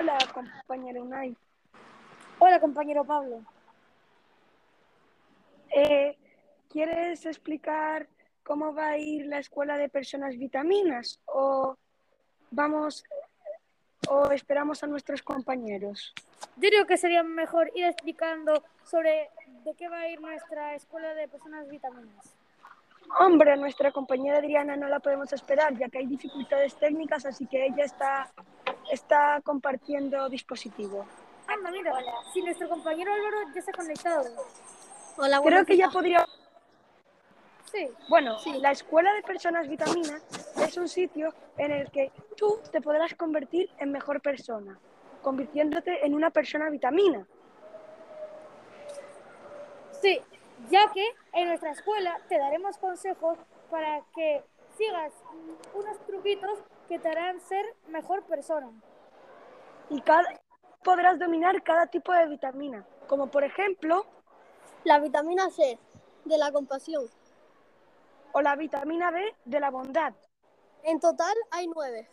Hola, compañero Unai. Hola, compañero Pablo. Eh, ¿Quieres explicar cómo va a ir la escuela de personas vitaminas o vamos o esperamos a nuestros compañeros? Yo creo que sería mejor ir explicando sobre de qué va a ir nuestra escuela de personas vitaminas. Hombre, a nuestra compañera Adriana no la podemos esperar, ya que hay dificultades técnicas, así que ella está, está compartiendo dispositivo. Anda, mira, si nuestro compañero Álvaro ya se ha conectado. Hola, Creo que ya podría... Sí. Bueno, la Escuela de Personas Vitaminas es un sitio en el que tú te podrás convertir en mejor persona, convirtiéndote en una persona vitamina. Sí, ya que en nuestra escuela te daremos consejos para que sigas unos truquitos que te harán ser mejor persona. Y cada, podrás dominar cada tipo de vitamina, como por ejemplo, La vitamina C, de la compasión. o la vitamina B de la bondad. En total hay nueve.